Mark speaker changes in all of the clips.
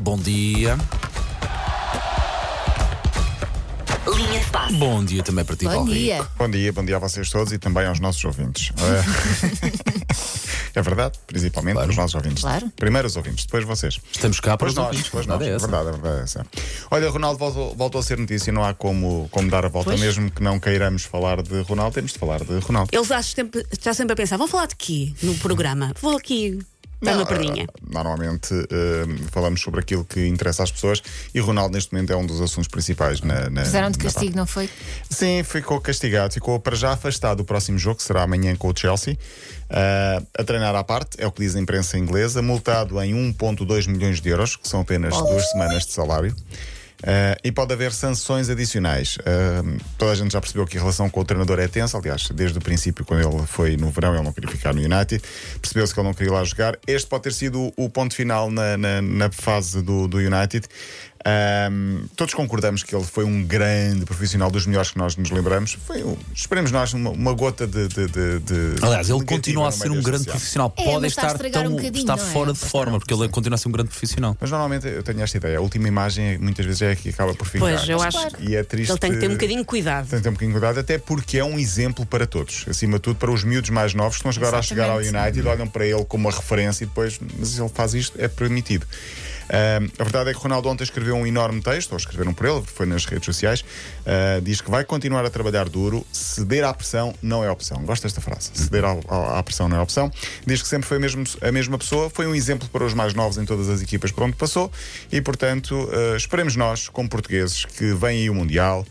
Speaker 1: Bom dia.
Speaker 2: Linha de passe.
Speaker 1: Bom dia também para ti,
Speaker 3: Bom
Speaker 1: Paulo
Speaker 3: dia.
Speaker 1: Rico.
Speaker 4: Bom dia, bom dia a vocês todos e também aos nossos ouvintes. É, é verdade, principalmente
Speaker 1: Claro.
Speaker 4: aos nossos ouvintes.
Speaker 3: Claro.
Speaker 4: Primeiro os ouvintes, depois vocês.
Speaker 1: Estamos cá para
Speaker 4: Depois
Speaker 1: os
Speaker 4: nós,
Speaker 1: ouvintes,
Speaker 4: depois nós.
Speaker 1: verdade é essa.
Speaker 4: Verdade, é verdade é essa. Olha, Ronaldo voltou, voltou a ser notícia, não há como, como dar a volta,
Speaker 3: Pois.
Speaker 4: mesmo que não queiramos falar de Ronaldo, temos de falar de Ronaldo.
Speaker 2: Eles acham sempre, está sempre a pensar, vão falar de quê no programa? Vou aqui dar uma
Speaker 4: Ah,
Speaker 2: perninha.
Speaker 4: Normalmente eh, falamos sobre aquilo que interessa às pessoas e Ronaldo, neste momento, é um dos assuntos principais na. na
Speaker 3: Fizeram de
Speaker 4: na-
Speaker 3: castigo, não foi?
Speaker 4: Sim, ficou castigado. Ficou para já afastado do próximo jogo, que será amanhã com o Chelsea. Ah, a treinar à parte, é o que diz a imprensa inglesa. Multado em 1,2 milhões de euros, que são apenas duas semanas de salário. Ah, e pode haver sanções adicionais. Ah, toda a gente já percebeu que a relação com o treinador é tensa. Aliás, desde o princípio, quando ele foi no verão, ele não queria ficar no United. Percebeu-se que ele não queria ir lá jogar. Este pode ter sido o ponto final na, na- na fase do, do United. Ahm, todos concordamos que ele foi um grande profissional, dos melhores que nós nos lembramos. Foi, um- esperemos nós, uma, uma gota de, de, de- é de-
Speaker 1: Aliás, ele
Speaker 4: negativa
Speaker 1: continua a
Speaker 4: no
Speaker 1: ser
Speaker 4: meio
Speaker 1: um
Speaker 4: deste
Speaker 1: grande
Speaker 4: oceano.
Speaker 1: profissional.
Speaker 3: É,
Speaker 1: Pode
Speaker 3: mas está a
Speaker 1: estar
Speaker 3: estragar
Speaker 1: tão.
Speaker 3: um bocadinho,
Speaker 1: está
Speaker 3: não é?
Speaker 1: fora de
Speaker 3: Pois
Speaker 1: forma, porque ele continua a ser um grande profissional.
Speaker 4: Mas normalmente eu tenho esta ideia. A última imagem muitas vezes é a que acaba por ficar.
Speaker 2: Pois, eu acho que
Speaker 4: E é triste.
Speaker 2: ele tem que ter um bocadinho de cuidado.
Speaker 4: Tem que ter um bocadinho de cuidado, até porque é um exemplo para todos. Acima de tudo, para os miúdos mais novos que estão agora a chegar ao
Speaker 3: Exatamente.
Speaker 4: United, olham para ele como uma referência e depois, mas ele faz isto, é permitido. Ahm, a verdade é que Ronaldo ontem escreveu um enorme texto, ou escreveram por ele, foi nas redes sociais. ah, diz que vai continuar a trabalhar duro, ceder à pressão não é opção. Gosto desta frase: ceder ao- ao- à pressão não é opção. Diz que sempre foi mesmo- a mesma pessoa, foi um exemplo para os mais novos em todas as equipas por onde passou e, portanto, ah, esperemos nós, como portugueses, que vem aí o Mundial.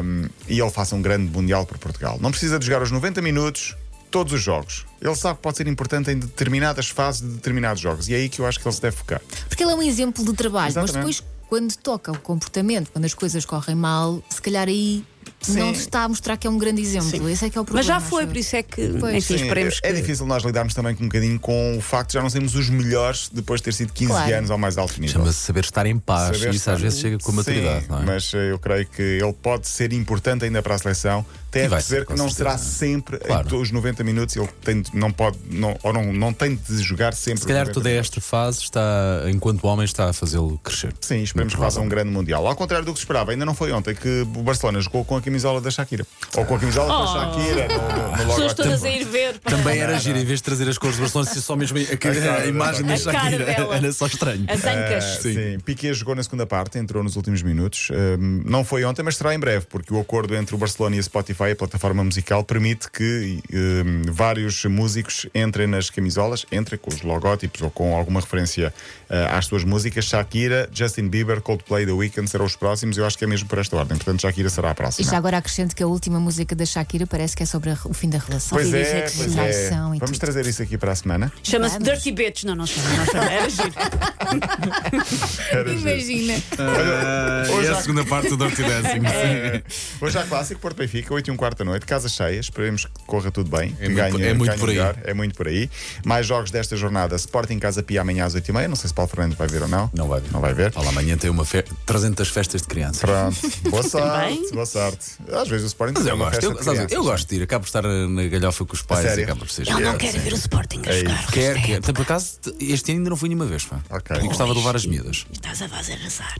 Speaker 4: Um, e ele faça um grande Mundial para Portugal. Não precisa de jogar os 90 minutos, todos os jogos. Ele sabe que pode ser importante em determinadas fases de determinados jogos. E é aí que eu acho que ele se deve focar.
Speaker 3: Porque ele é um exemplo de trabalho, mas
Speaker 4: Exatamente.
Speaker 3: depois, quando toca o comportamento, quando as coisas correm mal, se calhar aí não está a mostrar que é um grande exemplo. Esse é que é o
Speaker 2: Mas
Speaker 3: problema.
Speaker 2: já foi,
Speaker 3: acho eu.
Speaker 2: por isso é que,
Speaker 3: Pois.
Speaker 2: enfim,
Speaker 4: Sim,
Speaker 2: esperemos que.
Speaker 4: é, é difícil nós lidarmos também com um bocadinho com o facto de já não sermos os melhores depois de ter sido 15
Speaker 3: Claro.
Speaker 4: anos ao mais alto nível.
Speaker 1: Chama-se saber estar em paz.
Speaker 4: Saber
Speaker 1: e isso às
Speaker 4: estar-
Speaker 1: vezes chega com maturidade,
Speaker 4: Sim,
Speaker 1: não é?
Speaker 4: Mas eh, eu creio que ele pode ser importante ainda para a seleção. Tem
Speaker 1: E
Speaker 4: a
Speaker 1: vai ser,
Speaker 4: perceber que
Speaker 1: com
Speaker 4: não
Speaker 1: certeza.
Speaker 4: será sempre em
Speaker 1: Claro.
Speaker 4: to- os 90 minutos. Ele tem de- não pode, não, ou não, não tem de jogar sempre.
Speaker 1: Se calhar é
Speaker 4: os 90
Speaker 1: toda esta fase está, enquanto homem, está a fazê-lo crescer.
Speaker 4: Sim, esperemos que faça um grande Mundial. Ao contrário do que se esperava, ainda não foi ontem que o Barcelona jogou com a camisola da Shakira. Ou com a camisola da Shakira no, no, no logo
Speaker 2: Oh. Pessoas todas a
Speaker 4: atrás.
Speaker 2: ir ver. para-
Speaker 1: Também era giro, em vez de trazer as cores do Barcelona, se só mesmo a,
Speaker 4: cara
Speaker 1: a imagem da
Speaker 4: dela.
Speaker 2: A cara
Speaker 1: Shakira
Speaker 2: dela.
Speaker 1: era só estranho.
Speaker 2: As ancas.
Speaker 4: Ah,
Speaker 1: Sim.
Speaker 4: sim. Piquet jogou na segunda parte, entrou nos últimos minutos. Ahm, não foi ontem, mas será em breve, porque o acordo entre o Barcelona e a Spotify, a plataforma musical, permite que ahm, vários músicos entrem nas camisolas, entrem com os logótipos ou com alguma referência ah, às suas músicas. Shakira, Justin Bieber, Coldplay, The Weeknd serão os próximos. Eu acho que é mesmo por esta ordem. Portanto, Shakira será a
Speaker 3: E
Speaker 4: próxima.
Speaker 3: já agora acrescento que a última música da Shakira parece que é sobre a re- o fim da relação.
Speaker 4: Pois
Speaker 3: E
Speaker 4: é,
Speaker 3: dizer que
Speaker 4: pois
Speaker 3: sim,
Speaker 4: é.
Speaker 3: são e
Speaker 4: Vamos
Speaker 3: tudo.
Speaker 4: trazer isso aqui para a semana.
Speaker 2: Chama-se
Speaker 3: Vamos.
Speaker 2: Dirty Bitch. Não, não chama, não chama. Era giro.
Speaker 3: Imagina.
Speaker 4: Hoje
Speaker 1: e É a
Speaker 4: há- É.
Speaker 1: segunda parte do Dirty Dancing.
Speaker 4: Hoje há clássico, Porto Benfica, 8 e um quarto da noite, casa cheia, esperemos que corra tudo bem.
Speaker 1: É
Speaker 4: que
Speaker 1: muito por- é muito
Speaker 4: ganhe
Speaker 1: por aí.
Speaker 4: melhor, é muito por aí. Mais jogos desta jornada, Sporting Casa Pia amanhã às 8h30. Não sei se Paulo Fernandes vai ver ou não.
Speaker 1: Não vai ver.
Speaker 4: Não vai ver.
Speaker 1: Olha, amanhã tem uma fe... 300 festas de criança.
Speaker 4: Pronto, boa
Speaker 2: Também.
Speaker 4: sorte, boa sorte. Às vezes o Sporting
Speaker 1: Mas
Speaker 4: tem
Speaker 1: eu
Speaker 4: uma
Speaker 1: gosto,
Speaker 4: festa
Speaker 1: eu,
Speaker 4: de
Speaker 1: sabes, eu
Speaker 4: crianças.
Speaker 1: gosto de ir, acabo de estar eh, na galhofa com os pais e
Speaker 4: sério?
Speaker 1: acabo por ser.
Speaker 2: Eu não
Speaker 1: Yeah,
Speaker 2: quero
Speaker 1: sim.
Speaker 2: ver o Sporting a
Speaker 4: É
Speaker 2: jogar.
Speaker 1: Quer,
Speaker 2: Rosé.
Speaker 1: quer. Então, por acaso, este ano ainda não fui nenhuma vez, pá.
Speaker 4: Ok.
Speaker 1: E gostava de levar as miúdas.
Speaker 2: Estás a vaz arrasar.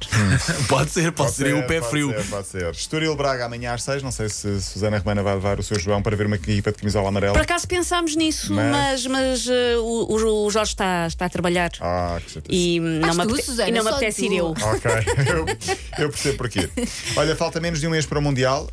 Speaker 1: Pode ser, pode, ser, eu o pé
Speaker 4: pode
Speaker 1: frio.
Speaker 4: Ser, pode ser. Estoril Braga amanhã às 6. Não sei se Susana Romana vai levar o seu João para ver uma equipa de camisola amarela.
Speaker 2: Por acaso pensámos nisso,
Speaker 4: Mas-
Speaker 2: mas, mas, eh, o, o- o Jorge está, está a trabalhar.
Speaker 4: Ah, que chatice.
Speaker 2: E não,
Speaker 3: Mas
Speaker 2: me
Speaker 3: tu,
Speaker 2: apete-
Speaker 3: Susana,
Speaker 2: e não me
Speaker 3: só
Speaker 2: apetece
Speaker 3: tu.
Speaker 2: ir eu.
Speaker 4: Ok, eu, eu percebo porquê. Olha, falta menos de um mês para o Mundial,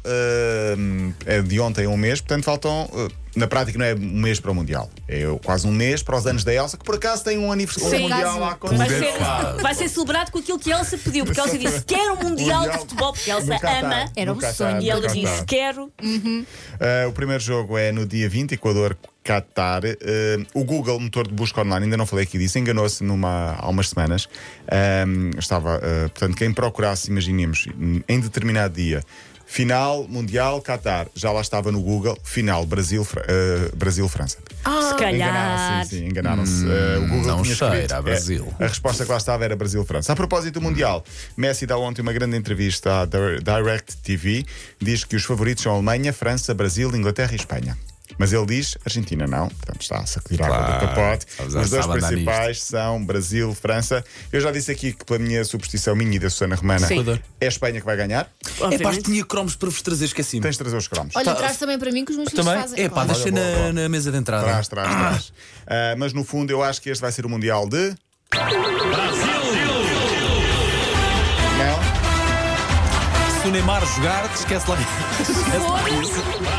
Speaker 4: hum, é de ontem a um mês, portanto faltam. hum, na prática não é um mês para o Mundial, é quase um mês para os anos da Elsa, que por acaso tem um aniversário
Speaker 2: Sim.
Speaker 4: um Mundial lá
Speaker 3: Por
Speaker 2: Vai
Speaker 1: Deve
Speaker 2: ser,
Speaker 1: ser.
Speaker 2: vai ser celebrado com aquilo que Elsa pediu, porque Elsa disse: quero um Mundial de Futebol, porque Elsa ama.
Speaker 3: Era um sonho.
Speaker 2: E ela
Speaker 3: Nunca
Speaker 2: disse: quero.
Speaker 4: Uh, o primeiro jogo é no dia 20, Equador. Qatar, Uh, o Google, motor de busca online, ainda não falei aqui disso, enganou-se numa- há umas semanas. Um, estava, uh, portanto, quem procurasse, imaginemos, em determinado dia, final Mundial Qatar, já lá estava no Google, final Brasil-França. Brasil, França.
Speaker 2: Se calhar.
Speaker 4: Enganaram-se, sim, sim, enganaram-se. Eh, o Google
Speaker 1: Hum, não
Speaker 4: tinha
Speaker 1: cheira
Speaker 4: escrito.
Speaker 1: a Brasil.
Speaker 4: É, a resposta que lá estava era Brasil-França. A propósito do Mundial, Messi dá ontem uma grande entrevista à Dir- Direct TV. Diz que os favoritos são Alemanha, França, Brasil, Inglaterra e Espanha. Mas ele diz Argentina não, portanto está a sacudir a água
Speaker 1: Claro,
Speaker 4: do capote.
Speaker 1: sabe-
Speaker 4: Os dois
Speaker 1: sabe andar
Speaker 4: principais são Brasil, França. Eu já disse aqui que, pela minha superstição, minha e da Susana Romana,
Speaker 3: Sim.
Speaker 4: é a Espanha que vai ganhar.
Speaker 1: É pá,
Speaker 2: Obviamente.
Speaker 1: tinha cromos para vos trazer, esqueci-me.
Speaker 4: Tens de trazer os cromos.
Speaker 3: Olha, traz também para mim que os meus filhos
Speaker 1: Também?
Speaker 3: fazem.
Speaker 1: É pá,
Speaker 3: Claro.
Speaker 1: deixa
Speaker 4: Olha, boa, boa.
Speaker 1: na, na mesa de entrada.
Speaker 4: Traz, traz, traz. Ah, mas no fundo, eu acho que este vai ser o Mundial de. Brasil! Não?
Speaker 1: Se o Neymar jogar, te esquece lá.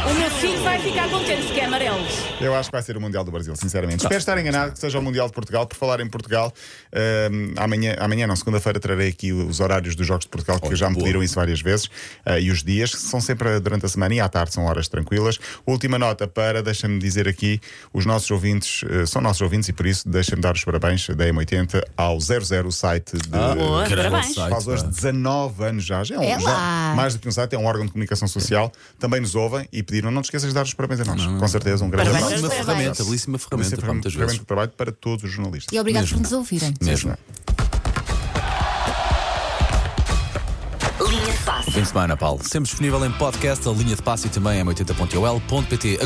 Speaker 2: O meu filho vai ficar contente porque é amarelo.
Speaker 4: Eu acho que vai ser o Mundial do Brasil, sinceramente. Espero estar enganado que seja o Mundial de Portugal. Por falar em Portugal, ah, amanhã, amanhã, não, segunda-feira, trarei aqui os horários dos Jogos de Portugal, que
Speaker 1: Oh,
Speaker 4: já me
Speaker 1: boa.
Speaker 4: pediram isso várias vezes, ah, e os dias, que são sempre durante a semana e à tarde, são horas tranquilas. Última nota para, deixa-me dizer aqui, os nossos ouvintes, ah, são nossos ouvintes e por isso deixa-me dar os parabéns da M80 ao 00 site de.
Speaker 2: boa, parabéns.
Speaker 4: Faz hoje 19 anos já. Já é um,
Speaker 3: É
Speaker 4: já-
Speaker 3: lá.
Speaker 4: mais do que um site, é um órgão de comunicação social. Também nos ouvem e pediram, não te esqueças de dar os parabéns a nós. Com certeza, um grande
Speaker 2: Parabéns,
Speaker 4: abraço.
Speaker 2: Belíssima
Speaker 3: parabéns.
Speaker 1: ferramenta, belíssima ferramenta, pá, muitas
Speaker 4: ferramenta
Speaker 1: vezes.
Speaker 4: de trabalho para todos os jornalistas.
Speaker 3: E obrigado
Speaker 1: Mesmo.
Speaker 3: por nos ouvirem.
Speaker 1: Mesmo.
Speaker 5: Linha de passe.
Speaker 1: Fim de semana, Paulo. Sempre disponível em podcast, a linha de passe e também em 80.ol.pt. Agora